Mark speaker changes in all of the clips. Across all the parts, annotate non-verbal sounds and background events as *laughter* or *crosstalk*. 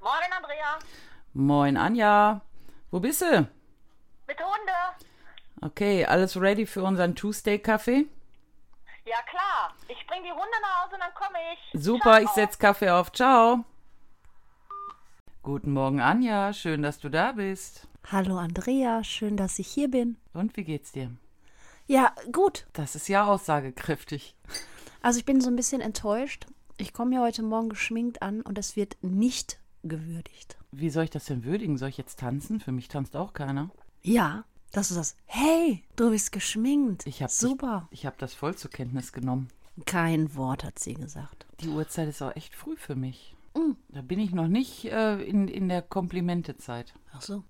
Speaker 1: Morgen, Andrea.
Speaker 2: Moin, Anja. Wo bist du?
Speaker 1: Mit Hunde.
Speaker 2: Okay, alles ready für unseren Tuesday-Kaffee?
Speaker 1: Ja, klar. Ich bringe die Hunde nach Hause und dann komme ich.
Speaker 2: Super, ich
Speaker 1: Ciao.
Speaker 2: setz Kaffee auf. Ciao. Guten Morgen, Anja. Schön, dass du da bist.
Speaker 3: Hallo Andrea, schön, dass ich hier bin.
Speaker 2: Und wie geht's dir?
Speaker 3: Ja, gut.
Speaker 2: Das ist ja aussagekräftig.
Speaker 3: Also ich bin so ein bisschen enttäuscht. Ich komme hier heute Morgen geschminkt an und es wird nicht gewürdigt.
Speaker 2: Wie soll ich das denn würdigen? Soll ich jetzt tanzen? Für mich tanzt auch keiner.
Speaker 3: Ja, das ist das. Hey, du bist geschminkt.
Speaker 2: Ich hab dich-
Speaker 3: Super.
Speaker 2: Ich habe das voll zur Kenntnis genommen.
Speaker 3: Kein Wort hat sie gesagt.
Speaker 2: Die Uhrzeit ist auch echt früh für mich. Da bin ich noch nicht äh, in, in der Komplimentezeit.
Speaker 3: Ach so.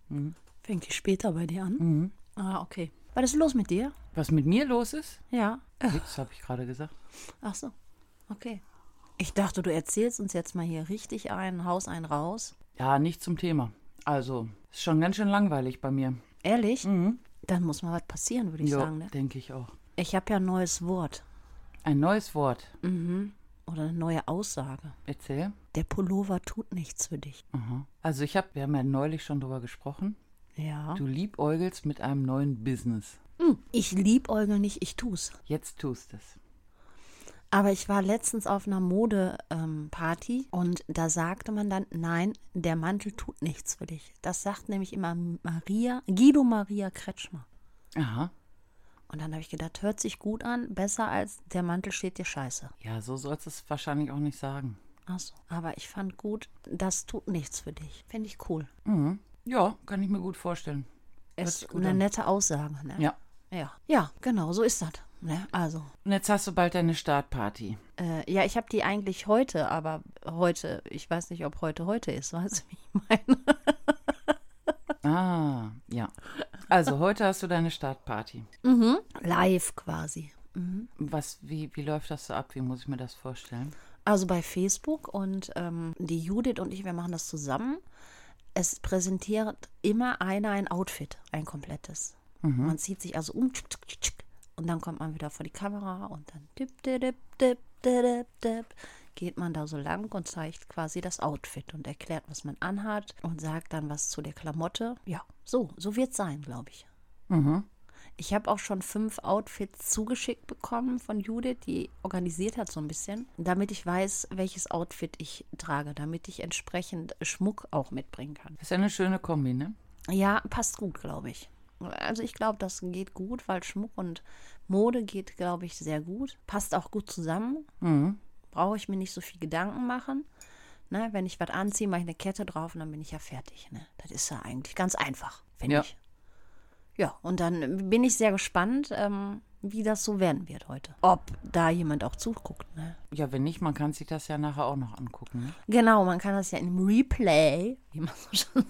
Speaker 3: Fängt die später bei dir an? Ah, okay. Was ist los mit dir?
Speaker 2: Was mit mir los ist?
Speaker 3: Ja.
Speaker 2: Jetzt habe ich gerade gesagt.
Speaker 3: Ach so. Okay. Ich dachte, du erzählst uns jetzt mal hier richtig ein, Haus ein raus.
Speaker 2: Ja, nicht zum Thema. Also, ist schon ganz schön langweilig bei mir.
Speaker 3: Ehrlich? Dann muss mal was passieren, würde ich
Speaker 2: Jo,
Speaker 3: sagen. Ne?
Speaker 2: denke ich auch.
Speaker 3: Ich habe ja ein neues Wort.
Speaker 2: Ein neues Wort.
Speaker 3: Oder eine neue Aussage.
Speaker 2: Erzähl.
Speaker 3: Der Pullover tut nichts für dich.
Speaker 2: Aha. Also ich habe, wir haben ja neulich schon drüber gesprochen,
Speaker 3: Ja. Hm.
Speaker 2: du liebäugelst mit einem neuen Business.
Speaker 3: Ich liebäugel nicht, ich tu's.
Speaker 2: Jetzt tust es.
Speaker 3: Aber ich war letztens auf einer Mode-Party ähm, und da sagte man dann, nein, der Mantel tut nichts für dich. Das sagt nämlich immer Maria, Guido Maria Kretschmer.
Speaker 2: Aha.
Speaker 3: Und dann habe ich gedacht, hört sich gut an, besser als der Mantel steht dir scheiße.
Speaker 2: Ja, so sollst du es wahrscheinlich auch nicht sagen.
Speaker 3: Achso. Aber ich fand gut, das tut nichts für dich. Finde ich cool.
Speaker 2: Mhm. Ja, kann ich mir gut vorstellen.
Speaker 3: Ist
Speaker 2: gut
Speaker 3: eine
Speaker 2: an.
Speaker 3: nette Aussage, ne?
Speaker 2: Ja.
Speaker 3: Ja, ja genau, so ist das. Ne? Also,
Speaker 2: Und jetzt hast du bald deine Startparty.
Speaker 3: Äh, ja, ich habe die eigentlich heute, aber heute, ich weiß nicht, ob heute heute ist, *laughs* weißt du, wie ich meine?
Speaker 2: Ah, ja.
Speaker 3: *laughs*
Speaker 2: Also heute hast du deine Startparty.
Speaker 3: Live quasi.
Speaker 2: Was, wie, wie läuft das so ab? Wie muss ich mir das vorstellen?
Speaker 3: Also bei Facebook und ähm, die Judith und ich, wir machen das zusammen. Es präsentiert immer einer ein Outfit, ein komplettes. Man zieht sich also um tschk, tschk, tschk, und dann kommt man wieder vor die Kamera und dann dip, dip, dip, dip, dip, dip, geht man da so lang und zeigt quasi das Outfit und erklärt, was man anhat und sagt dann was zu der Klamotte. Ja, so, so wird es sein, glaube ich. Ich habe auch schon fünf Outfits zugeschickt bekommen von Judith, die organisiert hat so ein bisschen, damit ich weiß, welches Outfit ich trage, damit ich entsprechend Schmuck auch mitbringen kann.
Speaker 2: Ist ja eine schöne Kombi, ne?
Speaker 3: Ja, passt gut, glaube ich. Also ich glaube, das geht gut, weil Schmuck und Mode geht, glaube ich, sehr gut. Passt auch gut zusammen. Brauche ich mir nicht so viel Gedanken machen. Ne, wenn ich was anziehe, mache ich eine Kette drauf und dann bin ich ja fertig. Ne? Das ist ja eigentlich ganz einfach, finde
Speaker 2: Ja.
Speaker 3: ich. Ja, und dann bin ich sehr gespannt, ähm, wie das so werden wird heute. Ob da jemand auch zuguckt. Ne?
Speaker 2: Ja, wenn nicht, man kann sich das ja nachher auch noch angucken. Ne?
Speaker 3: Genau, man kann das ja im Replay, wie man so *laughs* schon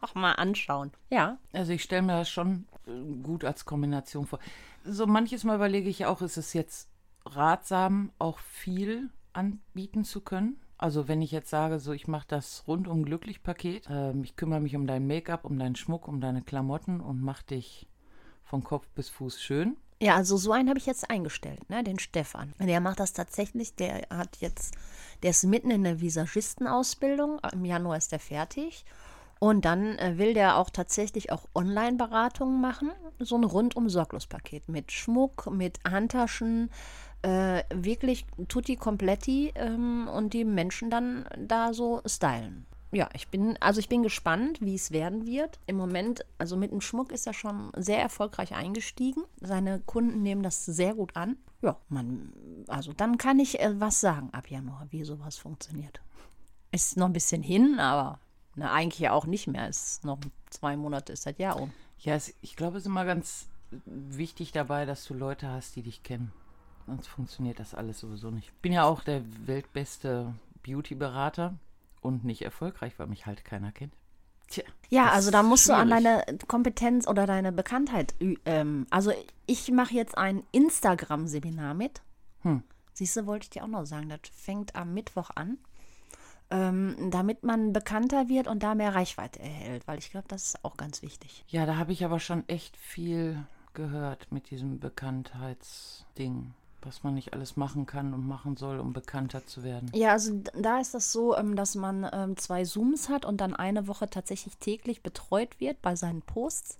Speaker 3: nochmal anschauen. Ja,
Speaker 2: Also ich stelle mir das schon äh, gut als Kombination vor. So manches Mal überlege ich auch, ist es jetzt ratsam, auch viel anbieten zu können? Also wenn ich jetzt sage, so ich mache das rundum glücklich Paket, ähm, ich kümmere mich um dein Make-up, um deinen Schmuck, um deine Klamotten und mache dich von Kopf bis Fuß schön.
Speaker 3: Ja, also so einen habe ich jetzt eingestellt, ne? den Stefan. Der macht das tatsächlich, der hat jetzt, der ist mitten in der Visagistenausbildung, im Januar ist der fertig. Und dann äh, will der auch tatsächlich auch Online-Beratungen machen, so ein rundum sorglos Paket mit Schmuck, mit Handtaschen, äh, wirklich tutti kompletti ähm, und die Menschen dann da so stylen. Ja, ich bin, also ich bin gespannt, wie es werden wird. Im Moment, also mit dem Schmuck ist er schon sehr erfolgreich eingestiegen. Seine Kunden nehmen das sehr gut an. Ja, man, also dann kann ich äh, was sagen ab Januar, wie sowas funktioniert. Ist noch ein bisschen hin, aber na, eigentlich ja auch nicht mehr. Ist noch zwei Monate ist das Jahr um.
Speaker 2: Ja, es, ich glaube, es ist immer ganz wichtig dabei, dass du Leute hast, die dich kennen. Sonst funktioniert das alles sowieso nicht. Ich bin ja auch der weltbeste Beauty-Berater und nicht erfolgreich, weil mich halt keiner kennt. Tja.
Speaker 3: Ja,
Speaker 2: das
Speaker 3: also da
Speaker 2: ist
Speaker 3: musst du an
Speaker 2: schwierig.
Speaker 3: deine Kompetenz oder deine Bekanntheit. ü- Ähm, also ich mache jetzt ein Instagram-Seminar mit.
Speaker 2: Hm.
Speaker 3: Siehst du, wollte ich dir auch noch sagen, das fängt am Mittwoch an, ähm, damit man bekannter wird und da mehr Reichweite erhält, weil ich glaube, das ist auch ganz wichtig.
Speaker 2: Ja, da habe ich aber schon echt viel gehört mit diesem Bekanntheitsding. was man nicht alles machen kann und machen soll, um bekannter zu werden.
Speaker 3: Ja, also d- da ist das so, ähm, dass man ähm, zwei Zooms hat und dann eine Woche tatsächlich täglich betreut wird bei seinen Posts.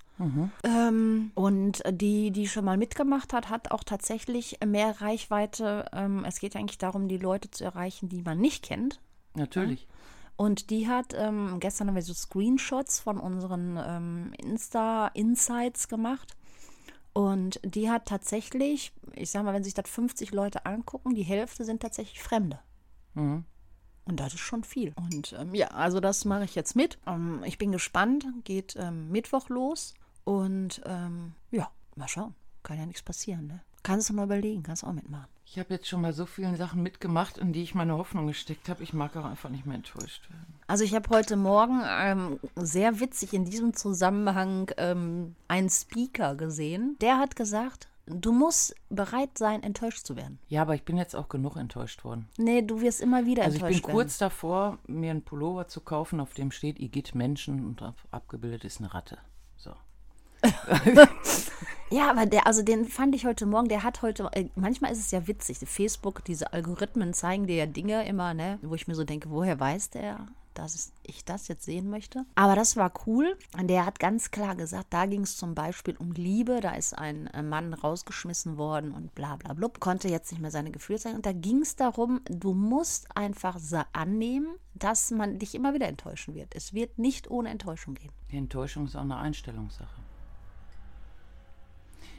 Speaker 3: Ähm, und die, die schon mal mitgemacht hat, hat auch tatsächlich mehr Reichweite. Ähm, es geht ja eigentlich darum, die Leute zu erreichen, die man nicht kennt.
Speaker 2: Natürlich.
Speaker 3: Und die hat, ähm, gestern haben wir so Screenshots von unseren ähm, Insta-Insights gemacht. Und die hat tatsächlich, ich sag mal, wenn sich das 50 Leute angucken, die Hälfte sind tatsächlich Fremde. Und das ist schon viel. Und ähm, ja, also das mache ich jetzt mit. Ähm, ich bin gespannt, geht ähm, Mittwoch los. Und ähm, ja, mal schauen. Kann ja nichts passieren, ne? Kannst du mal überlegen, kannst auch mitmachen.
Speaker 2: Ich habe jetzt schon mal so vielen Sachen mitgemacht, in die ich meine Hoffnung gesteckt habe. Ich mag auch einfach nicht mehr enttäuscht werden.
Speaker 3: Also ich habe heute Morgen ähm, sehr witzig in diesem Zusammenhang ähm, einen Speaker gesehen. Der hat gesagt, du musst bereit sein, enttäuscht zu werden.
Speaker 2: Ja, aber ich bin jetzt auch genug enttäuscht worden.
Speaker 3: Nee, du wirst immer wieder
Speaker 2: Also ich
Speaker 3: enttäuscht
Speaker 2: bin kurz davor, mir einen Pullover zu kaufen, auf dem steht Igitt Menschen und ab, abgebildet ist eine Ratte. So.
Speaker 3: werden. Ja, aber der, also den fand ich heute Morgen, der hat heute, äh, manchmal ist es ja witzig, Facebook, diese Algorithmen zeigen dir ja Dinge immer, ne, wo ich mir so denke, woher weiß der, dass es- ich das jetzt sehen möchte? Aber das war cool. Der hat ganz klar gesagt, da ging es zum Beispiel um Liebe, da ist ein äh, Mann rausgeschmissen worden und bla bla blub, konnte jetzt nicht mehr seine Gefühle zeigen. Und da ging es darum, du musst einfach sa- annehmen, dass man dich immer wieder enttäuschen wird. Es wird nicht ohne Enttäuschung gehen.
Speaker 2: Die Enttäuschung ist auch eine Einstellungssache.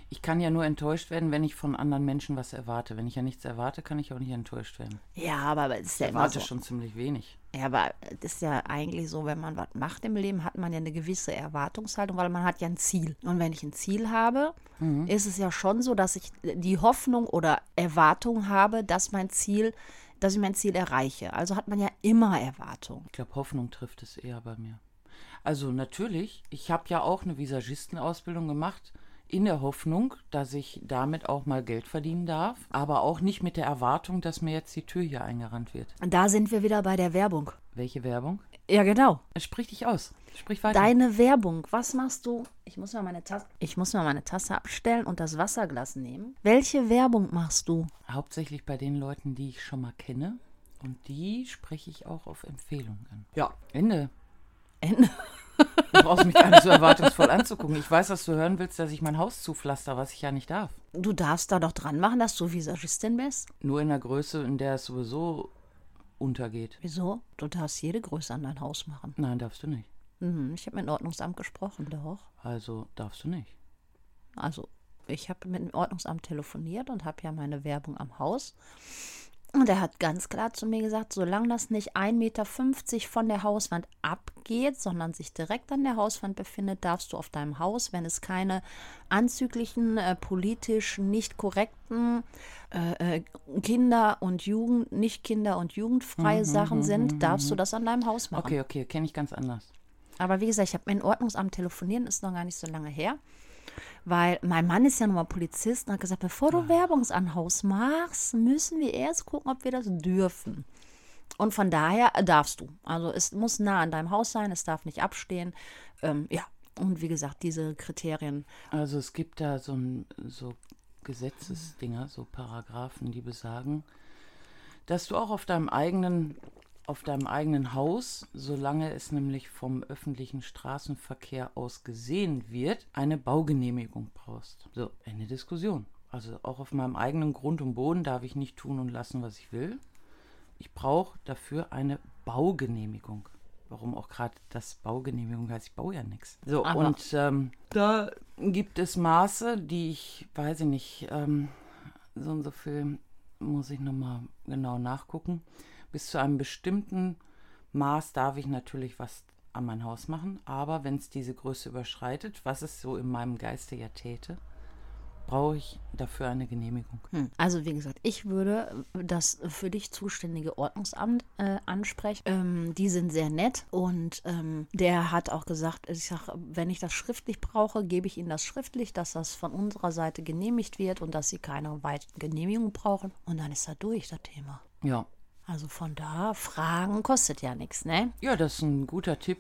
Speaker 2: Ich kann ja nur enttäuscht werden, wenn ich von anderen Menschen was erwarte. Wenn ich ja nichts erwarte, kann ich auch nicht enttäuscht werden.
Speaker 3: Ja, aber es ist ja
Speaker 2: Ich
Speaker 3: immer
Speaker 2: erwarte
Speaker 3: so.
Speaker 2: schon ziemlich wenig.
Speaker 3: Ja, aber das ist ja eigentlich so, wenn man was macht im Leben, hat man ja eine gewisse Erwartungshaltung, weil man hat ja ein Ziel. Und wenn ich ein Ziel habe, ist es ja schon so, dass ich die Hoffnung oder Erwartung habe, dass mein Ziel, dass ich mein Ziel erreiche. Also hat man ja immer Erwartung.
Speaker 2: Ich glaube, Hoffnung trifft es eher bei mir. Also natürlich, ich habe ja auch eine Visagistenausbildung gemacht, in der Hoffnung, dass ich damit auch mal Geld verdienen darf, aber auch nicht mit der Erwartung, dass mir jetzt die Tür hier eingerannt wird.
Speaker 3: Und da sind wir wieder bei der Werbung.
Speaker 2: Welche Werbung? Äh,
Speaker 3: Ja, genau.
Speaker 2: Sprich dich aus. Sprich weiter.
Speaker 3: Deine Werbung, was machst du? Ich muss mal meine Tasse, ich muss mal meine Tasse abstellen und das Wasserglas nehmen. Welche Werbung machst du?
Speaker 2: Hauptsächlich bei den Leuten, die ich schon mal kenne. Und die spreche ich auch auf Empfehlung an.
Speaker 3: Ja.
Speaker 2: Ende.
Speaker 3: Ende.
Speaker 2: Du brauchst mich gar nicht so erwartungsvoll anzugucken. Ich weiß, dass du hören willst, dass ich mein Haus zupflaster, was ich ja nicht darf.
Speaker 3: Du darfst da doch dran machen, dass du Visagistin bist.
Speaker 2: Nur in der Größe, in der es sowieso untergeht.
Speaker 3: Wieso? Du darfst jede Größe an dein Haus machen.
Speaker 2: Nein, darfst du nicht.
Speaker 3: Mhm, ich habe mit dem Ordnungsamt gesprochen, doch.
Speaker 2: Also darfst du nicht.
Speaker 3: Also, ich habe mit dem Ordnungsamt telefoniert und habe ja meine Werbung am Haus. Und er hat ganz klar zu mir gesagt, solange das nicht 1,50 Meter von der Hauswand abgeht, sondern sich direkt an der Hauswand befindet, darfst du auf deinem Haus, wenn es keine anzüglichen, äh, politisch nicht korrekten äh, äh, Kinder und Jugend, nicht Kinder und Jugendfreie Sachen sind, darfst du das an deinem Haus machen.
Speaker 2: Okay, okay, kenne ich ganz anders.
Speaker 3: Aber wie gesagt, ich habe mit dem Ordnungsamt telefonieren, ist noch gar nicht so lange her. Weil mein Mann ist ja nun mal Polizist und hat gesagt, bevor du Werbungsanhaus machst, müssen wir erst gucken, ob wir das dürfen. Und von daher darfst du. Also es muss nah an deinem Haus sein, es darf nicht abstehen. Ähm, ja, und wie gesagt, diese Kriterien.
Speaker 2: Also es gibt da so, ein, so Gesetzesdinger, so Paragraphen, die besagen, dass du auch auf deinem eigenen, auf deinem eigenen Haus, solange es nämlich vom öffentlichen Straßenverkehr aus gesehen wird, eine Baugenehmigung brauchst. So, Ende Diskussion. Also auch auf meinem eigenen Grund und Boden darf ich nicht tun und lassen, was ich will. Ich brauche dafür eine Baugenehmigung. Warum auch gerade das Baugenehmigung heißt, ich baue ja nichts. So,
Speaker 3: Aber-
Speaker 2: und ähm, da gibt es Maße, die ich, weiß ich nicht, ähm, so und so viel muss ich nochmal genau nachgucken. Bis zu einem bestimmten Maß darf ich natürlich was an mein Haus machen, aber wenn es diese Größe überschreitet, was es so in meinem Geiste ja täte, brauche ich dafür eine Genehmigung.
Speaker 3: Hm. Also wie gesagt, ich würde das für dich zuständige Ordnungsamt äh, ansprechen. Ähm, die sind sehr nett und ähm, der hat auch gesagt, ich sag, wenn ich das schriftlich brauche, gebe ich Ihnen das schriftlich, dass das von unserer Seite genehmigt wird und dass Sie keine weiteren Genehmigungen brauchen. Und dann ist da durch das Thema.
Speaker 2: Ja.
Speaker 3: Also von da, Fragen kostet ja nichts, ne?
Speaker 2: Ja, das ist ein guter Tipp.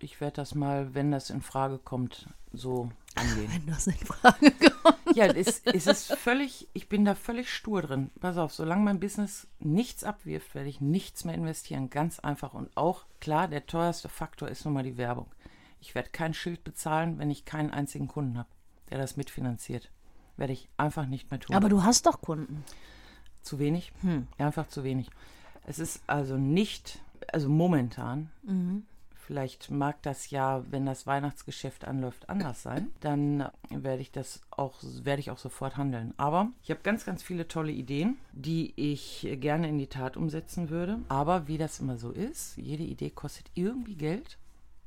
Speaker 2: ich werde das mal, wenn das in Frage kommt, so angehen.
Speaker 3: *laughs* Wenn das in Frage kommt.
Speaker 2: Ja, es, es ist völlig, ich bin da völlig stur drin. Pass auf, solange mein Business nichts abwirft, werde ich nichts mehr investieren. Ganz einfach. Und auch klar, der teuerste Faktor ist nun mal die Werbung. Ich werde kein Schild bezahlen, wenn ich keinen einzigen Kunden habe, der das mitfinanziert. Werde ich einfach nicht mehr tun.
Speaker 3: Aber du hast doch Kunden.
Speaker 2: zu wenig. Hm, Einfach zu wenig. Es ist also nicht, also momentan, vielleicht mag das ja, wenn das Weihnachtsgeschäft anläuft, anders sein. Dann werde ich das auch, werde ich auch sofort handeln. Aber ich habe ganz, ganz viele tolle Ideen, die ich gerne in die Tat umsetzen würde. Aber wie das immer so ist, jede Idee kostet irgendwie Geld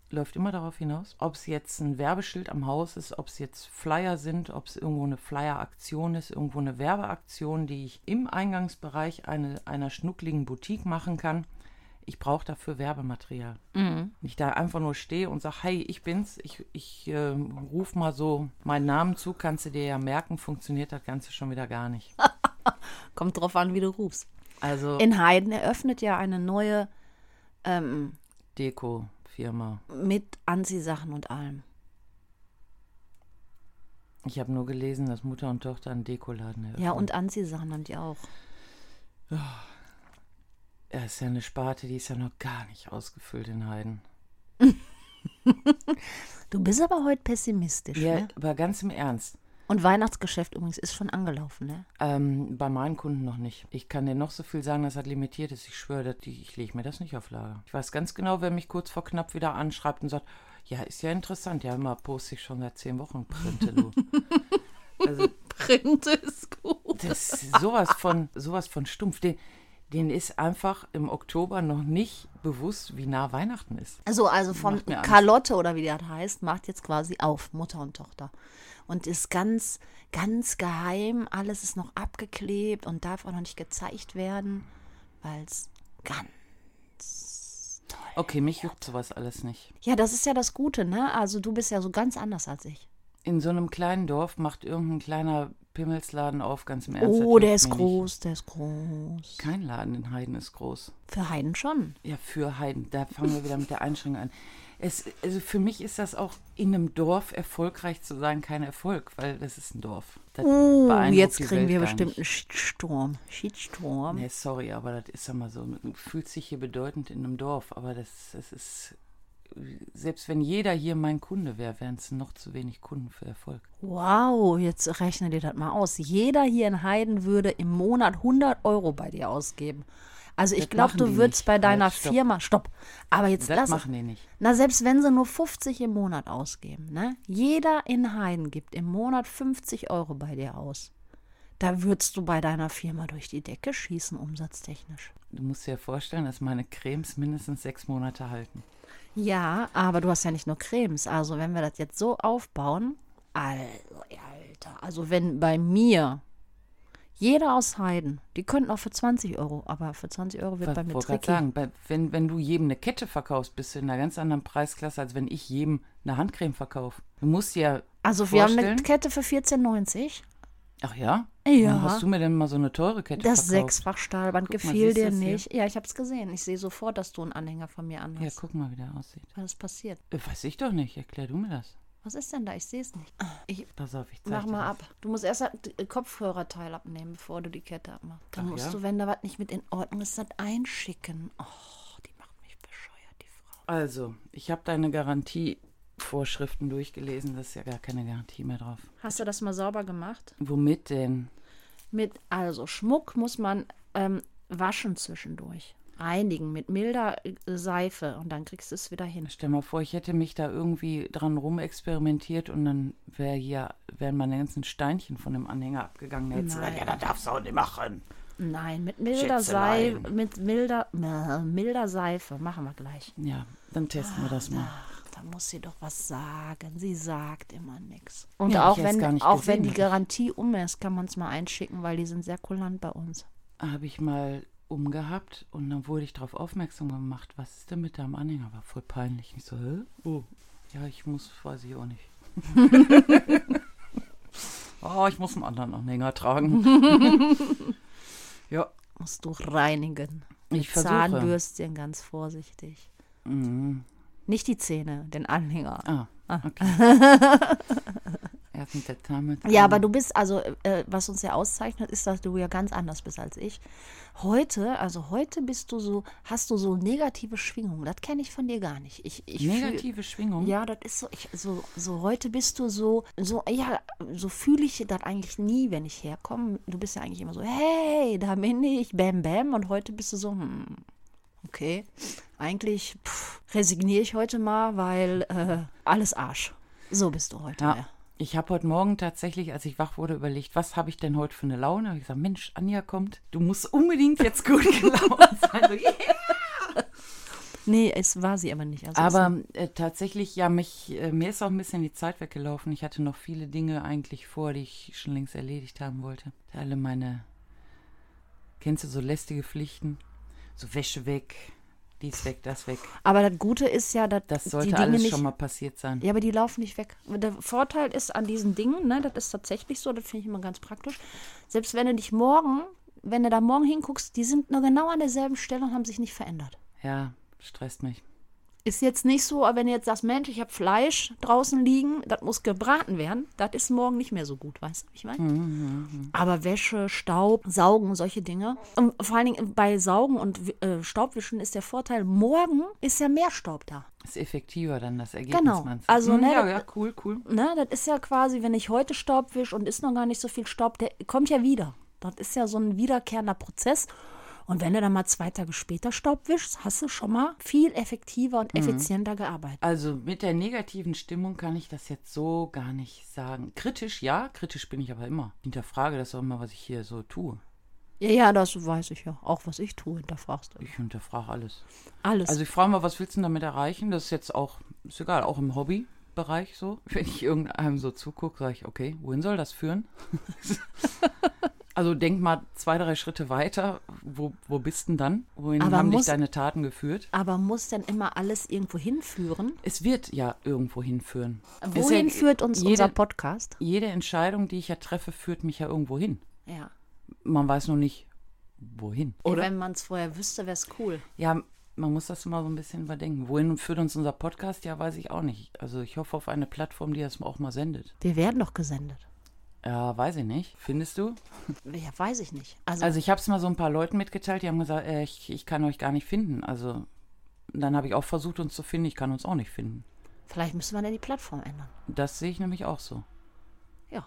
Speaker 2: läuft immer darauf hinaus, ob es jetzt ein Werbeschild am Haus ist, ob es jetzt Flyer sind, ob es irgendwo eine Flyer-Aktion ist, irgendwo eine Werbeaktion, die ich im Eingangsbereich eine, einer schnuckligen Boutique machen kann. Ich brauche dafür Werbematerial.
Speaker 3: Mhm.
Speaker 2: Wenn ich da einfach nur stehe und sage, hey, ich bin's, ich, ich äh, ruf mal so meinen Namen zu, kannst du dir ja merken, funktioniert das Ganze schon wieder gar nicht.
Speaker 3: Kommt drauf an, wie du rufst.
Speaker 2: Also
Speaker 3: In Heiden eröffnet ja eine neue
Speaker 2: Deko-Firma.
Speaker 3: mit Anziehsachen und allem.
Speaker 2: Ich habe nur gelesen, dass Mutter und Tochter einen Dekoladen eröffnen.
Speaker 3: Ja, und Anziehsachen haben die auch.
Speaker 2: Ja, ist ja eine Sparte, die ist ja noch gar nicht ausgefüllt in Heiden.
Speaker 3: Du bist aber heute pessimistisch,
Speaker 2: Ja,
Speaker 3: ne?
Speaker 2: aber ganz im Ernst.
Speaker 3: Und Weihnachtsgeschäft übrigens ist schon angelaufen, ne?
Speaker 2: Ähm, bei meinen Kunden noch nicht. Ich kann dir noch so viel sagen, dass das limitiert ist. Ich schwöre, dass die, ich lege mir das nicht auf Lager. Ich weiß ganz genau, wer mich kurz vor knapp wieder anschreibt und sagt, ja, ist ja interessant. Ja, immer poste ich schon seit zehn Wochen Printe, du. also,
Speaker 3: Print ist gut.
Speaker 2: das ist sowas von, sowas von stumpf. Den, den ist einfach im Oktober noch nicht bewusst, wie nah Weihnachten ist.
Speaker 3: Also, also von
Speaker 2: Macht mir Angst.
Speaker 3: Carlotte oder wie das heißt, macht jetzt quasi auf, Mutter und Tochter. Und ist ganz, ganz geheim. Alles ist noch abgeklebt und darf auch noch nicht gezeigt werden, weil es ganz.
Speaker 2: Okay, mich juckt sowas alles nicht.
Speaker 3: Ja, das ist ja das Gute, ne? Also, du bist ja so ganz anders als ich.
Speaker 2: In so einem kleinen Dorf macht irgendein kleiner Pimmelsladen auf, ganz im Ernst. das
Speaker 3: Oh, der
Speaker 2: juckt
Speaker 3: ist
Speaker 2: mich nicht.
Speaker 3: groß, der ist groß.
Speaker 2: Kein Laden in Heiden ist groß.
Speaker 3: Für Heiden schon.
Speaker 2: Ja, für Heiden. Da fangen wir wieder mit der Einschränkung an. Es, also für mich ist das auch in einem Dorf erfolgreich zu sein kein Erfolg, weil das ist ein Dorf. Das
Speaker 3: Oh,
Speaker 2: beeindruckt
Speaker 3: jetzt
Speaker 2: die
Speaker 3: kriegen
Speaker 2: Welt
Speaker 3: wir
Speaker 2: gar
Speaker 3: bestimmt einen
Speaker 2: Nicht.
Speaker 3: Shitstorm. Shitstorm.
Speaker 2: Nee, sorry, aber das ist ja mal so. Man fühlt sich hier bedeutend in einem Dorf, aber das, das ist. Selbst wenn jeder hier mein Kunde wäre, wären es noch zu wenig Kunden für Erfolg.
Speaker 3: Wow, jetzt rechne dir das mal aus. Jeder hier in Heiden würde im Monat 100 Euro bei dir ausgeben. Also ich
Speaker 2: Das
Speaker 3: glaube,
Speaker 2: machen
Speaker 3: du
Speaker 2: die
Speaker 3: würdest
Speaker 2: nicht.
Speaker 3: bei deiner
Speaker 2: Halt, stopp.
Speaker 3: Firma, stopp, aber jetzt
Speaker 2: Das
Speaker 3: lass
Speaker 2: machen die nicht.
Speaker 3: Na, selbst wenn sie nur 50 im Monat ausgeben, ne? Jeder in Heiden gibt im Monat 50 Euro bei dir aus. Da würdest du bei deiner Firma durch die Decke schießen, umsatztechnisch.
Speaker 2: Du musst dir vorstellen, dass meine Cremes mindestens sechs Monate halten.
Speaker 3: Ja, aber du hast ja nicht nur Cremes. Also, wenn wir das jetzt so aufbauen, also, Alter, also wenn bei mir jeder aus Heiden, die könnten auch für 20 Euro, aber für 20 Euro wird
Speaker 2: Ich
Speaker 3: bei mir
Speaker 2: wollte gerade
Speaker 3: tricky.
Speaker 2: sagen, bei, wenn, wenn du jedem eine Kette verkaufst, bist du in einer ganz anderen Preisklasse, als wenn ich jedem eine Handcreme verkaufe. Du musst dir ja
Speaker 3: also, wir haben
Speaker 2: vorstellen,
Speaker 3: eine Kette für 14,90.
Speaker 2: Ach ja?
Speaker 3: Ja.
Speaker 2: Warum hast du mir denn mal so eine teure Kette
Speaker 3: Das
Speaker 2: verkauft?
Speaker 3: Sechsfach-Stahlband
Speaker 2: Guck mal,
Speaker 3: gefiel
Speaker 2: siehst
Speaker 3: dir
Speaker 2: du's hier?
Speaker 3: nicht. Ja, ich habe es gesehen. Ich sehe sofort, dass du einen Anhänger von mir
Speaker 2: Ja,
Speaker 3: anhast.
Speaker 2: guck mal, wie der aussieht.
Speaker 3: Was ist passiert?
Speaker 2: Äh, Weiß ich doch nicht. Erklär du mir das.
Speaker 3: Was ist denn da? Ich sehe es nicht. Ich
Speaker 2: Pass auf, ich zeig
Speaker 3: mach
Speaker 2: dir
Speaker 3: mal
Speaker 2: das.
Speaker 3: ab. Du musst erst das D- Kopfhörerteil abnehmen, bevor du die Kette abmachst. Dann
Speaker 2: Ach
Speaker 3: musst
Speaker 2: ja?
Speaker 3: du, wenn da was nicht mit in Ordnung ist, das einschicken. Oh, die macht mich bescheuert, die Frau.
Speaker 2: Also, ich habe deine Garantievorschriften durchgelesen. Das ist ja gar keine Garantie mehr drauf.
Speaker 3: Hast du das mal sauber gemacht?
Speaker 2: Womit denn?
Speaker 3: Mit, also Schmuck muss man ähm, waschen zwischendurch. Reinigen mit milder äh, Seife und dann kriegst du es wieder hin.
Speaker 2: Stell mal vor, ich hätte mich da irgendwie dran rumexperimentiert und dann wäre hier, wären meine ganzen Steinchen von dem Anhänger abgegangen. Da hättest du gesagt,
Speaker 3: Nein.
Speaker 2: ja, das darfst du auch nicht machen.
Speaker 3: Nein, mit milder Seife,
Speaker 2: Schätzelein.
Speaker 3: mit milder, äh, milder Seife machen wir gleich.
Speaker 2: Ja, dann testen wir das mal.
Speaker 3: Ach, da muss sie doch was sagen. Sie sagt immer nichts. Und
Speaker 2: Ja, hab
Speaker 3: auch
Speaker 2: ich jetzt
Speaker 3: wenn,
Speaker 2: gar nicht
Speaker 3: auch
Speaker 2: gesehen,
Speaker 3: wenn die
Speaker 2: hab ich.
Speaker 3: Garantie um ist, kann man es mal einschicken, weil die sind sehr kulant bei uns.
Speaker 2: Habe ich mal umgehabt und dann wurde ich darauf aufmerksam gemacht, was ist denn mit deinem Anhänger? War voll peinlich. Ich so, hä? Oh. Ja, ich muss, weiß ich auch *laughs* nicht. oh, ich muss einen anderen Anhänger tragen. *laughs* ja,
Speaker 3: Musst du reinigen.
Speaker 2: Ich
Speaker 3: Mit
Speaker 2: versuche. Mhm.
Speaker 3: Zahnbürstchen ganz vorsichtig. Nicht die Zähne, den Anhänger.
Speaker 2: Ah,
Speaker 3: *laughs*
Speaker 2: okay. er hat mit der Dame.
Speaker 3: Ja, aber du bist, also äh, was uns ja auszeichnet, ist, dass du ja ganz anders bist als ich. Heute, also heute bist du so, hast du so negative Schwingungen. Das kenne ich von dir gar nicht. Ich, ich fühl-
Speaker 2: Negative Schwingung.
Speaker 3: Ja, das ist so, ich, so, so heute bist du so, so, ja, so fühle ich das eigentlich nie, wenn ich herkomme. Du bist ja eigentlich immer so, hey, da bin ich, bam, bam. Und heute bist du so, hm, okay, eigentlich pff, resigniere ich heute mal, weil äh, alles Arsch. So bist du heute.
Speaker 2: Ja.
Speaker 3: Ja.
Speaker 2: Ich habe heute Morgen tatsächlich, als ich wach wurde, überlegt, was habe ich denn heute für eine Laune? Hab Ich gesagt, Mensch, Anja kommt, du musst unbedingt jetzt
Speaker 3: *laughs*
Speaker 2: gut gelaunt sein. So, yeah.
Speaker 3: Nee, es war sie aber nicht. Also es
Speaker 2: Aber äh, tatsächlich, ja, mich, äh, mir ist auch ein bisschen die Zeit weggelaufen. Ich hatte noch viele Dinge eigentlich vor, die ich schon längst erledigt haben wollte. Alle meine, kennst du so lästige Pflichten? So Wäsche weg, dies weg, das weg.
Speaker 3: Aber das Gute ist ja, dass
Speaker 2: Das
Speaker 3: die
Speaker 2: sollte
Speaker 3: Dinge
Speaker 2: alles
Speaker 3: nicht,
Speaker 2: schon mal passiert sein.
Speaker 3: Ja, aber die laufen nicht weg. Der Vorteil ist an diesen Dingen, ne, das ist tatsächlich so, das finde ich immer ganz praktisch. Selbst wenn du dich morgen, wenn du da morgen hinguckst, die sind nur genau an derselben Stelle und haben sich nicht verändert.
Speaker 2: Ja, stresst mich.
Speaker 3: Ist jetzt nicht so, aber wenn du jetzt sagst, Mensch, ich habe Fleisch draußen liegen, das muss gebraten werden, das ist morgen nicht mehr so gut, weißt du, wie ich meine? Aber Wäsche, Staub, Saugen, solche Dinge. Und vor allen Dingen bei Saugen und äh, Staubwischen ist der Vorteil, morgen ist ja mehr Staub da.
Speaker 2: Ist effektiver dann das Ergebnis.
Speaker 3: Genau.
Speaker 2: meinst du?
Speaker 3: Also,
Speaker 2: Hm,
Speaker 3: ne,
Speaker 2: ja,
Speaker 3: das-
Speaker 2: ja, cool, cool.
Speaker 3: ne, das ist ja quasi, wenn ich heute Staub wisch und ist noch gar nicht so viel Staub, der kommt ja wieder. Das ist ja so ein wiederkehrender Prozess. Und wenn du dann mal zwei Tage später Staub wischst, hast du schon mal viel effektiver und effizienter gearbeitet.
Speaker 2: Also mit der negativen Stimmung kann ich das jetzt so gar nicht sagen. Kritisch, ja, kritisch bin ich aber immer. Hinterfrage das auch immer, was ich hier so tue.
Speaker 3: Ja, ja, das weiß ich ja. Auch was ich tue, hinterfragst du.
Speaker 2: Ich hinterfrage alles.
Speaker 3: Alles.
Speaker 2: Also ich frage mal, was willst du denn damit erreichen? Das ist jetzt auch, ist egal, auch im Hobbybereich so. *laughs* Wenn ich irgendeinem so zugucke, sage ich, okay, wohin soll das führen? *laughs* also denk mal zwei, drei Schritte weiter. Wo, wo bist denn dann? Wohin
Speaker 3: Aber
Speaker 2: haben dich
Speaker 3: muss-
Speaker 2: deine Taten geführt?
Speaker 3: aber muss denn immer alles irgendwo hinführen?
Speaker 2: Es wird ja irgendwo hinführen. Es ist
Speaker 3: Wohin
Speaker 2: ja,
Speaker 3: führt uns
Speaker 2: jede,
Speaker 3: unser Podcast?
Speaker 2: Jede Entscheidung, die ich ja treffe, führt mich ja irgendwo hin.
Speaker 3: Ja.
Speaker 2: man weiß noch nicht, wohin.
Speaker 3: Wenn man es vorher wüsste, wäre es cool.
Speaker 2: Ja, man muss das immer so ein bisschen überdenken. Wohin führt uns unser Podcast? Ja, weiß ich auch nicht. Also ich hoffe auf eine Plattform, die das auch mal sendet.
Speaker 3: Wir werden doch gesendet.
Speaker 2: Ja, weiß ich nicht. Findest du?
Speaker 3: Ja, weiß ich nicht. Also,
Speaker 2: Also ich habe es mal so ein paar Leuten mitgeteilt, die haben gesagt, äh, ich, ich kann euch gar nicht finden. Also dann habe ich auch versucht, uns zu finden. Ich kann uns auch nicht finden.
Speaker 3: vielleicht müssen wir dann die Plattform ändern.
Speaker 2: Das sehe ich nämlich auch so.
Speaker 3: Ja.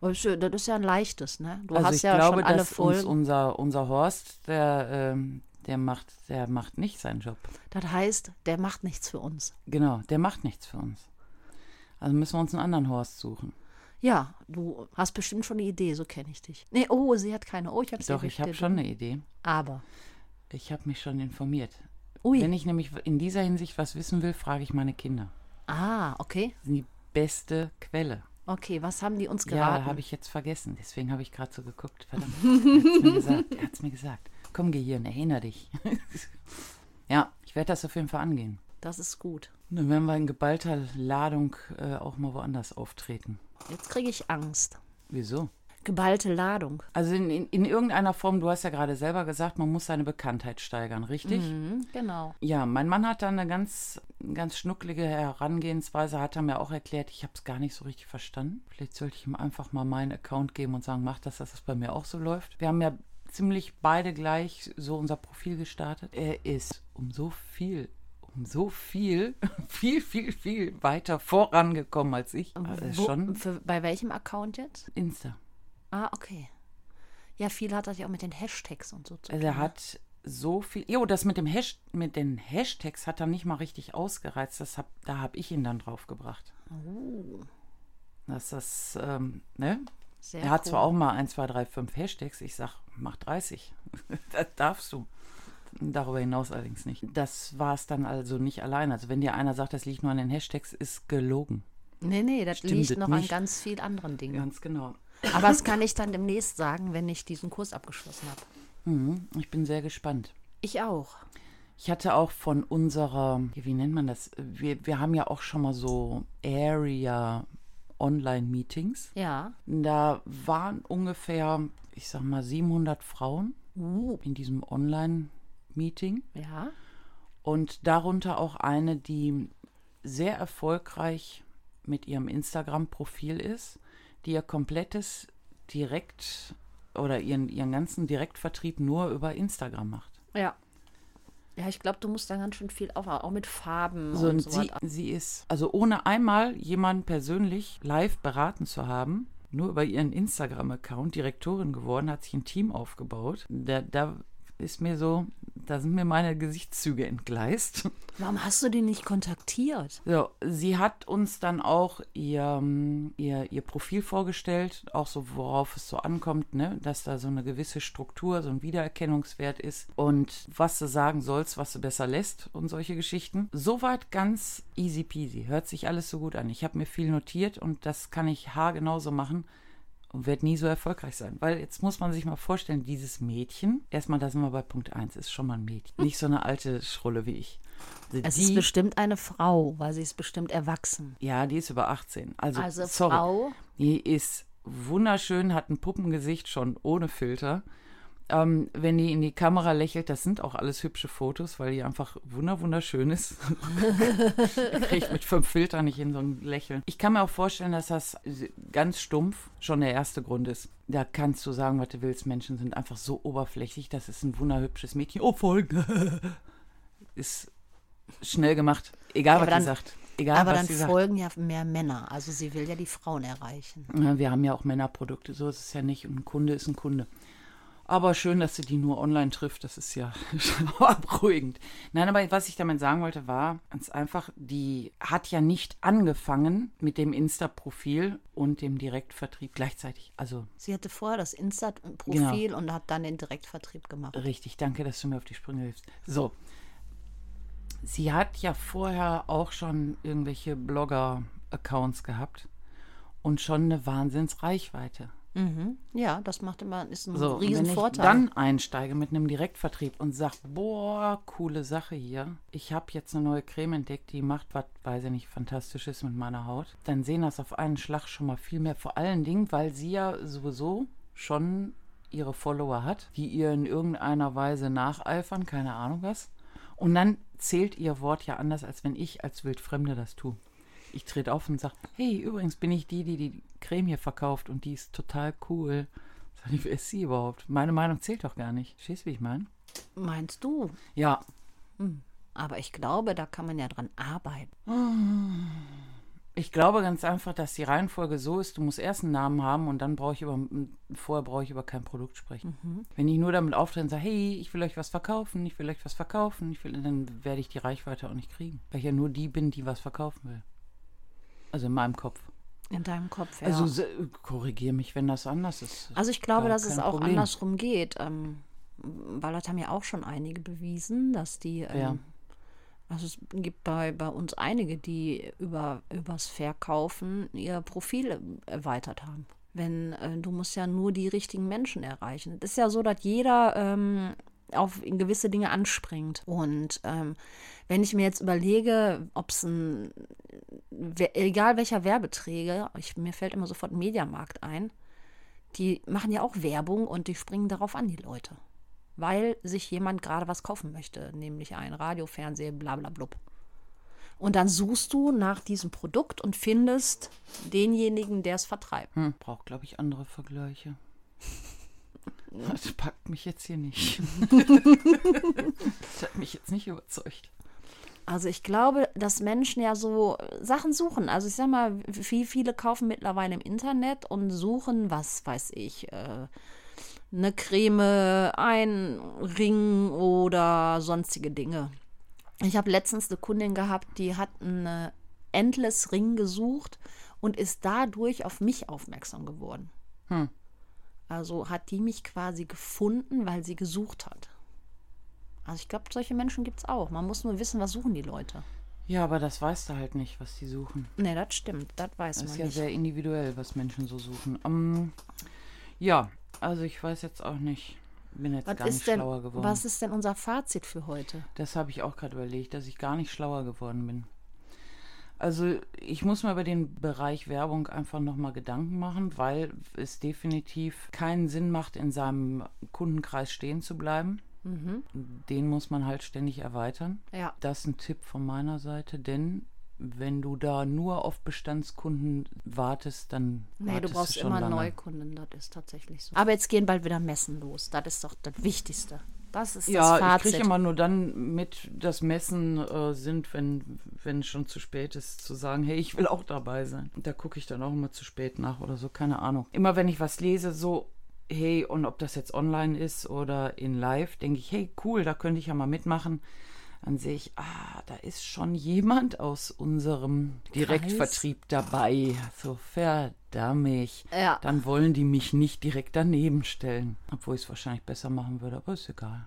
Speaker 3: Aber ist ja- Das ist ja ein leichtes, ne? Du
Speaker 2: also
Speaker 3: hast
Speaker 2: ich
Speaker 3: ja
Speaker 2: glaube,
Speaker 3: schon alle
Speaker 2: dass uns um
Speaker 3: Folgen.
Speaker 2: unser, unser Horst, der, ähm, der, macht, der macht nicht seinen Job.
Speaker 3: Das heißt, der macht nichts für uns.
Speaker 2: Genau, der macht nichts für uns. Also müssen wir uns einen anderen Horst suchen.
Speaker 3: Ja, du hast bestimmt schon eine Idee, so kenne ich dich. Nee, oh, sie hat keine. Oh, ich habe sie
Speaker 2: Doch, ich habe schon eine Idee.
Speaker 3: Aber.
Speaker 2: Ich habe mich schon informiert.
Speaker 3: Ui.
Speaker 2: Wenn ich nämlich in dieser Hinsicht was wissen will, frage ich meine Kinder.
Speaker 3: Ah, okay.
Speaker 2: Das sind die beste Quelle.
Speaker 3: Okay, was haben die uns
Speaker 2: Ja,
Speaker 3: geraten?
Speaker 2: habe ich jetzt vergessen. Deswegen habe ich gerade so geguckt. Verdammt, er
Speaker 3: *laughs*
Speaker 2: hat's mir gesagt. Er hat's mir gesagt. Komm, Gehirn, erinnere dich. *laughs* ja, ich werde das auf jeden Fall angehen.
Speaker 3: Das ist gut.
Speaker 2: Dann werden wir in geballter Ladung äh, auch mal woanders auftreten.
Speaker 3: Jetzt kriege ich Angst.
Speaker 2: Wieso?
Speaker 3: Geballte Ladung.
Speaker 2: Also in, in, in irgendeiner Form, du hast ja gerade selber gesagt, man muss seine Bekanntheit steigern, richtig?
Speaker 3: Hm, genau.
Speaker 2: Ja, mein Mann hat da eine ganz, ganz schnucklige Herangehensweise, hat er mir auch erklärt, ich habe es gar nicht so richtig verstanden. Vielleicht sollte ich ihm einfach mal meinen Account geben und sagen, mach das, dass das bei mir auch so läuft. Wir haben ja ziemlich beide gleich so unser Profil gestartet. Er ist um so viel, um so viel, *laughs* viel, viel, viel weiter vorangekommen als ich. Also
Speaker 3: Wo,
Speaker 2: schon
Speaker 3: Für, bei welchem Account jetzt?
Speaker 2: Insta.
Speaker 3: Ah, okay. Ja, viel hat das ja auch mit den Hashtags und so zu tun.
Speaker 2: Also er hat so viel. Jo, das mit dem Hash, mit den Hashtags hat er nicht mal richtig ausgereizt. Das hab, da habe ich ihn dann drauf gebracht.
Speaker 3: Oh.
Speaker 2: Dass das, ähm, ne?
Speaker 3: Sehr
Speaker 2: er hat zwar
Speaker 3: cool.
Speaker 2: auch mal 1, 2, 3, 5 Hashtags, ich sag, mach 30. *laughs* das darfst du. Darüber hinaus allerdings nicht. Das war es dann also nicht allein. Also wenn dir einer sagt, das liegt nur an den Hashtags, ist gelogen.
Speaker 3: Nee, nee, das
Speaker 2: Stimmt
Speaker 3: liegt
Speaker 2: das
Speaker 3: noch an
Speaker 2: nicht?
Speaker 3: ganz vielen anderen Dingen.
Speaker 2: Ganz genau.
Speaker 3: Aber das kann ich dann demnächst sagen, wenn ich diesen Kurs abgeschlossen habe.
Speaker 2: Mhm, ich bin sehr gespannt.
Speaker 3: Ich auch.
Speaker 2: Ich hatte auch von unserer, wie nennt man das? Wir, wir haben ja auch schon mal so Area Online-Meetings.
Speaker 3: Ja.
Speaker 2: Da waren ungefähr, ich sag mal, 700 Frauen
Speaker 3: Uh.
Speaker 2: in diesem Online-Meeting.
Speaker 3: Ja.
Speaker 2: Und darunter auch eine, die sehr erfolgreich mit ihrem Instagram-Profil ist, die ihr komplettes Direkt- oder ihren, ihren ganzen Direktvertrieb nur über Instagram macht.
Speaker 3: Ja. Ja, ich glaube, du musst dann ganz schön viel aufmachen, auch mit Farben
Speaker 2: So,
Speaker 3: und
Speaker 2: und
Speaker 3: so
Speaker 2: sie, sie ist, also ohne einmal jemanden persönlich live beraten zu haben, nur über ihren Instagram-Account Direktorin geworden, hat sich ein Team aufgebaut. Da, da ist mir so, da sind mir meine Gesichtszüge entgleist.
Speaker 3: Warum hast du den nicht kontaktiert?
Speaker 2: So, sie hat uns dann auch ihr, ähm, ihr, ihr Profil vorgestellt, auch so, worauf es so ankommt, ne? dass da so eine gewisse Struktur, so ein Wiedererkennungswert ist und was du sagen sollst, was du besser lässt und solche Geschichten. Soweit ganz easy peasy, hört sich alles so gut an. Ich habe mir viel notiert und das kann ich haargenau so machen und wird nie so erfolgreich sein. Weil jetzt muss man sich mal vorstellen, dieses Mädchen, erstmal, da sind wir bei Punkt 1, ist schon mal ein Mädchen. Nicht so eine alte Schrulle wie ich. Also
Speaker 3: Es ist bestimmt eine Frau, weil sie ist bestimmt erwachsen.
Speaker 2: ja, die ist über 18. Also,
Speaker 3: Also
Speaker 2: sorry.
Speaker 3: Frau.
Speaker 2: Die ist wunderschön, hat ein Puppengesicht schon ohne Filter. Ähm, wenn die in die Kamera lächelt, das sind auch alles hübsche Fotos, weil die einfach wunder wunderschön ist. *laughs* Kriege ich mit fünf Filtern nicht in so ein Lächeln. Ich kann mir auch vorstellen, dass das ganz stumpf schon der erste Grund ist. Da kannst du sagen, was du willst. Menschen sind einfach so oberflächlich. Das ist ein wunderhübsches Mädchen. Oh, Folge. *laughs* ist schnell gemacht. Egal,
Speaker 3: aber
Speaker 2: was sie
Speaker 3: dann-
Speaker 2: sagt. Egal,
Speaker 3: aber
Speaker 2: was
Speaker 3: dann
Speaker 2: sie sagt.
Speaker 3: folgen ja mehr Männer. Also sie will ja die Frauen erreichen.
Speaker 2: Ja, Ne, wir haben ja auch Männerprodukte, so ist es ja nicht. Und ein Kunde ist ein Kunde. Aber schön, dass sie die nur online trifft, das ist ja *laughs* schon beruhigend. Nein, aber was ich damit sagen wollte, war ganz einfach, die hat ja nicht angefangen mit dem Insta-Profil und dem Direktvertrieb gleichzeitig. Also
Speaker 3: Sie hatte vorher das Insta-Profil und hat dann den Direktvertrieb gemacht.
Speaker 2: Richtig, danke, dass du mir auf die Sprünge hilfst. So. Sie hat ja vorher auch schon irgendwelche Blogger-Accounts gehabt und schon eine Wahnsinnsreichweite.
Speaker 3: Ja, das macht immer ist ein
Speaker 2: So, wenn ich
Speaker 3: Riesenvorteil.
Speaker 2: dann einsteige mit einem Direktvertrieb und sage, boah, coole Sache hier, ich habe jetzt eine neue Creme entdeckt, die macht was, weiß ich nicht, fantastisches mit meiner Haut, dann sehen das auf einen Schlag schon mal viel mehr. Vor allen Dingen, weil sie ja sowieso schon ihre Follower hat, die ihr in irgendeiner Weise nacheifern, keine Ahnung was. Und dann zählt ihr Wort ja anders, als wenn ich als Wildfremde das tue. Ich trete auf und sage, hey, übrigens bin ich die, die die Creme hier verkauft und die ist total cool. Sag ich, wer ist sie überhaupt? Meine Meinung zählt doch gar nicht. Verstehst du, wie ich meine?
Speaker 3: Meinst du?
Speaker 2: Ja,
Speaker 3: Aber ich glaube, da kann man ja dran arbeiten.
Speaker 2: ich glaube ganz einfach, dass die Reihenfolge so ist, du musst erst einen Namen haben und dann brauche ich über, vorher brauche ich über kein Produkt sprechen. Wenn ich nur damit auftrete und sage, hey, ich will euch was verkaufen, ich will euch was verkaufen, ich will, dann werde ich die Reichweite auch nicht kriegen, weil ich ja nur die bin, die was verkaufen will. Also in meinem Kopf.
Speaker 3: In deinem Kopf, ja.
Speaker 2: Also se- korrigier mich, wenn das anders ist.
Speaker 3: Also ich glaube,
Speaker 2: Gar
Speaker 3: dass es
Speaker 2: kein
Speaker 3: auch
Speaker 2: Problem.
Speaker 3: andersrum geht. Ähm, weil das haben ja auch schon einige bewiesen, dass die. Ähm,
Speaker 2: Ja.
Speaker 3: Also es gibt bei, bei uns einige, die über, übers Verkaufen ihr Profil erweitert haben. Wenn äh, du musst ja nur die richtigen Menschen erreichen. Es ist ja so, dass jeder ähm, auf gewisse Dinge anspringt. Und ähm, wenn ich mir jetzt überlege, ob es ein wer- egal welcher Werbeträger, ich, mir fällt immer sofort Mediamarkt ein, die machen ja auch Werbung und die springen darauf an, die Leute. Weil sich jemand gerade was kaufen möchte, nämlich ein Radio, Fernseher, bla bla blub. Und dann suchst du nach diesem Produkt und findest denjenigen, der es vertreibt.
Speaker 2: Hm, braucht, glaube ich, andere
Speaker 3: *laughs*
Speaker 2: Vergleiche. Das packt mich jetzt hier
Speaker 3: *laughs*
Speaker 2: nicht. das hat mich jetzt nicht überzeugt.
Speaker 3: Also ich glaube, dass Menschen ja so Sachen suchen. Also ich sag mal, wie viele kaufen mittlerweile im Internet und suchen, was weiß ich, äh, eine Creme, ein Ring oder sonstige Dinge. Ich habe letztens eine Kundin gehabt, die hat einen Endless Ring gesucht und ist dadurch auf mich aufmerksam geworden. Also hat die mich quasi gefunden, weil sie gesucht hat. Also ich glaube, solche Menschen gibt es auch. Man muss nur wissen, was suchen die Leute.
Speaker 2: Ja, aber das weißt du halt nicht, was die suchen.
Speaker 3: Nee, das stimmt. Das weiß
Speaker 2: Das
Speaker 3: man
Speaker 2: ist ja
Speaker 3: nicht.
Speaker 2: sehr individuell, was Menschen so suchen. Ähm, ja, also ich weiß jetzt auch nicht. Bin jetzt
Speaker 3: Was
Speaker 2: gar nicht
Speaker 3: ist, denn,
Speaker 2: schlauer geworden.
Speaker 3: was ist denn unser Fazit für heute?
Speaker 2: Das habe ich auch gerade überlegt, dass ich gar nicht schlauer geworden bin. Also ich muss mir über den Bereich Werbung einfach nochmal Gedanken machen, weil es definitiv keinen Sinn macht, in seinem Kundenkreis stehen zu bleiben. Den muss man halt ständig erweitern.
Speaker 3: Mhm. Ja.
Speaker 2: Das ist ein Tipp von meiner Seite, denn wenn du da nur auf Bestandskunden wartest, dann
Speaker 3: Nee, du
Speaker 2: wartest
Speaker 3: brauchst
Speaker 2: schon
Speaker 3: immer
Speaker 2: lange.
Speaker 3: Neukunden, das ist tatsächlich so. Aber jetzt gehen bald wieder Messen los. Das ist doch das Wichtigste. Das ist das
Speaker 2: Ja, ich
Speaker 3: Fazit.
Speaker 2: kriege immer nur dann mit, dass Messen äh, sind, wenn wenn es schon zu spät ist, zu sagen, hey, ich will auch dabei sein. Da gucke ich dann auch immer zu spät nach oder so, keine Ahnung. Immer wenn ich was lese, so, hey, und ob das jetzt online ist oder in live, denke ich, hey, cool, da könnte ich ja mal mitmachen. Dann sehe ich, ah, da ist schon jemand aus unserem Direktvertrieb dabei. So verdammig.
Speaker 3: Ja.
Speaker 2: Dann wollen die mich nicht direkt daneben stellen. Obwohl ich es wahrscheinlich besser machen würde, aber ist
Speaker 3: *laughs*
Speaker 2: egal.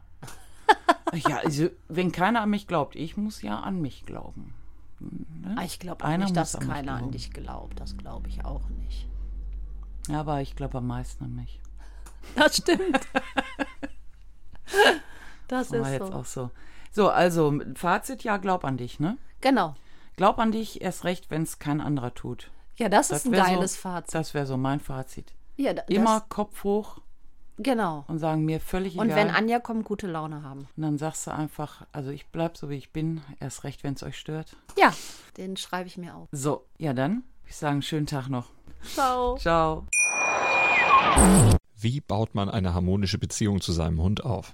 Speaker 2: ja, also, wenn keiner an mich glaubt, ich muss ja an mich glauben.
Speaker 3: Ah, ich glaube
Speaker 2: Einer
Speaker 3: nicht, dass
Speaker 2: muss an mich
Speaker 3: keiner an
Speaker 2: glauben.
Speaker 3: dich glaubt. Das glaube ich
Speaker 2: *laughs*
Speaker 3: auch nicht.
Speaker 2: Ja, aber ich glaube am meisten an mich.
Speaker 3: Das stimmt. *laughs* das
Speaker 2: Das war
Speaker 3: ist
Speaker 2: jetzt
Speaker 3: so.
Speaker 2: auch so. So, also Fazit, ja, glaub an dich, ne?
Speaker 3: Genau.
Speaker 2: Glaub an dich, erst recht, wenn es kein anderer tut.
Speaker 3: Ja, das, ist ein
Speaker 2: wär
Speaker 3: geiles
Speaker 2: so,
Speaker 3: Fazit.
Speaker 2: Das wäre so mein Fazit.
Speaker 3: ja, da-
Speaker 2: Immer Kopf hoch
Speaker 3: Das, genau.
Speaker 2: und sagen mir völlig egal.
Speaker 3: Und wenn Anja kommt, gute Laune haben.
Speaker 2: und dann sagst du einfach, also ich bleib so wie ich bin, erst recht, wenn es euch stört.
Speaker 3: Ja, den schreibe ich mir auf.
Speaker 2: So, ja dann, ich sage schönen Tag noch.
Speaker 3: Ciao.
Speaker 2: Ciao.
Speaker 4: Wie baut man eine harmonische Beziehung zu seinem Hund auf?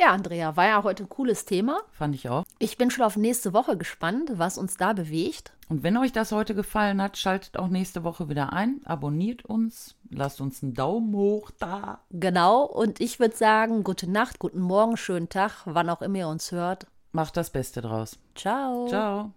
Speaker 3: Ja, Andrea, war ja heute ein cooles Thema.
Speaker 2: Fand ich auch.
Speaker 3: Ich bin schon auf nächste Woche gespannt, was uns da bewegt.
Speaker 2: Und wenn euch das heute gefallen hat, schaltet auch nächste Woche wieder ein, abonniert uns, lasst uns einen Daumen hoch da.
Speaker 3: Genau, und ich würde sagen, gute Nacht, guten Morgen, schönen Tag, wann auch immer ihr uns hört. Oh.
Speaker 2: Macht das Beste draus. Ciao.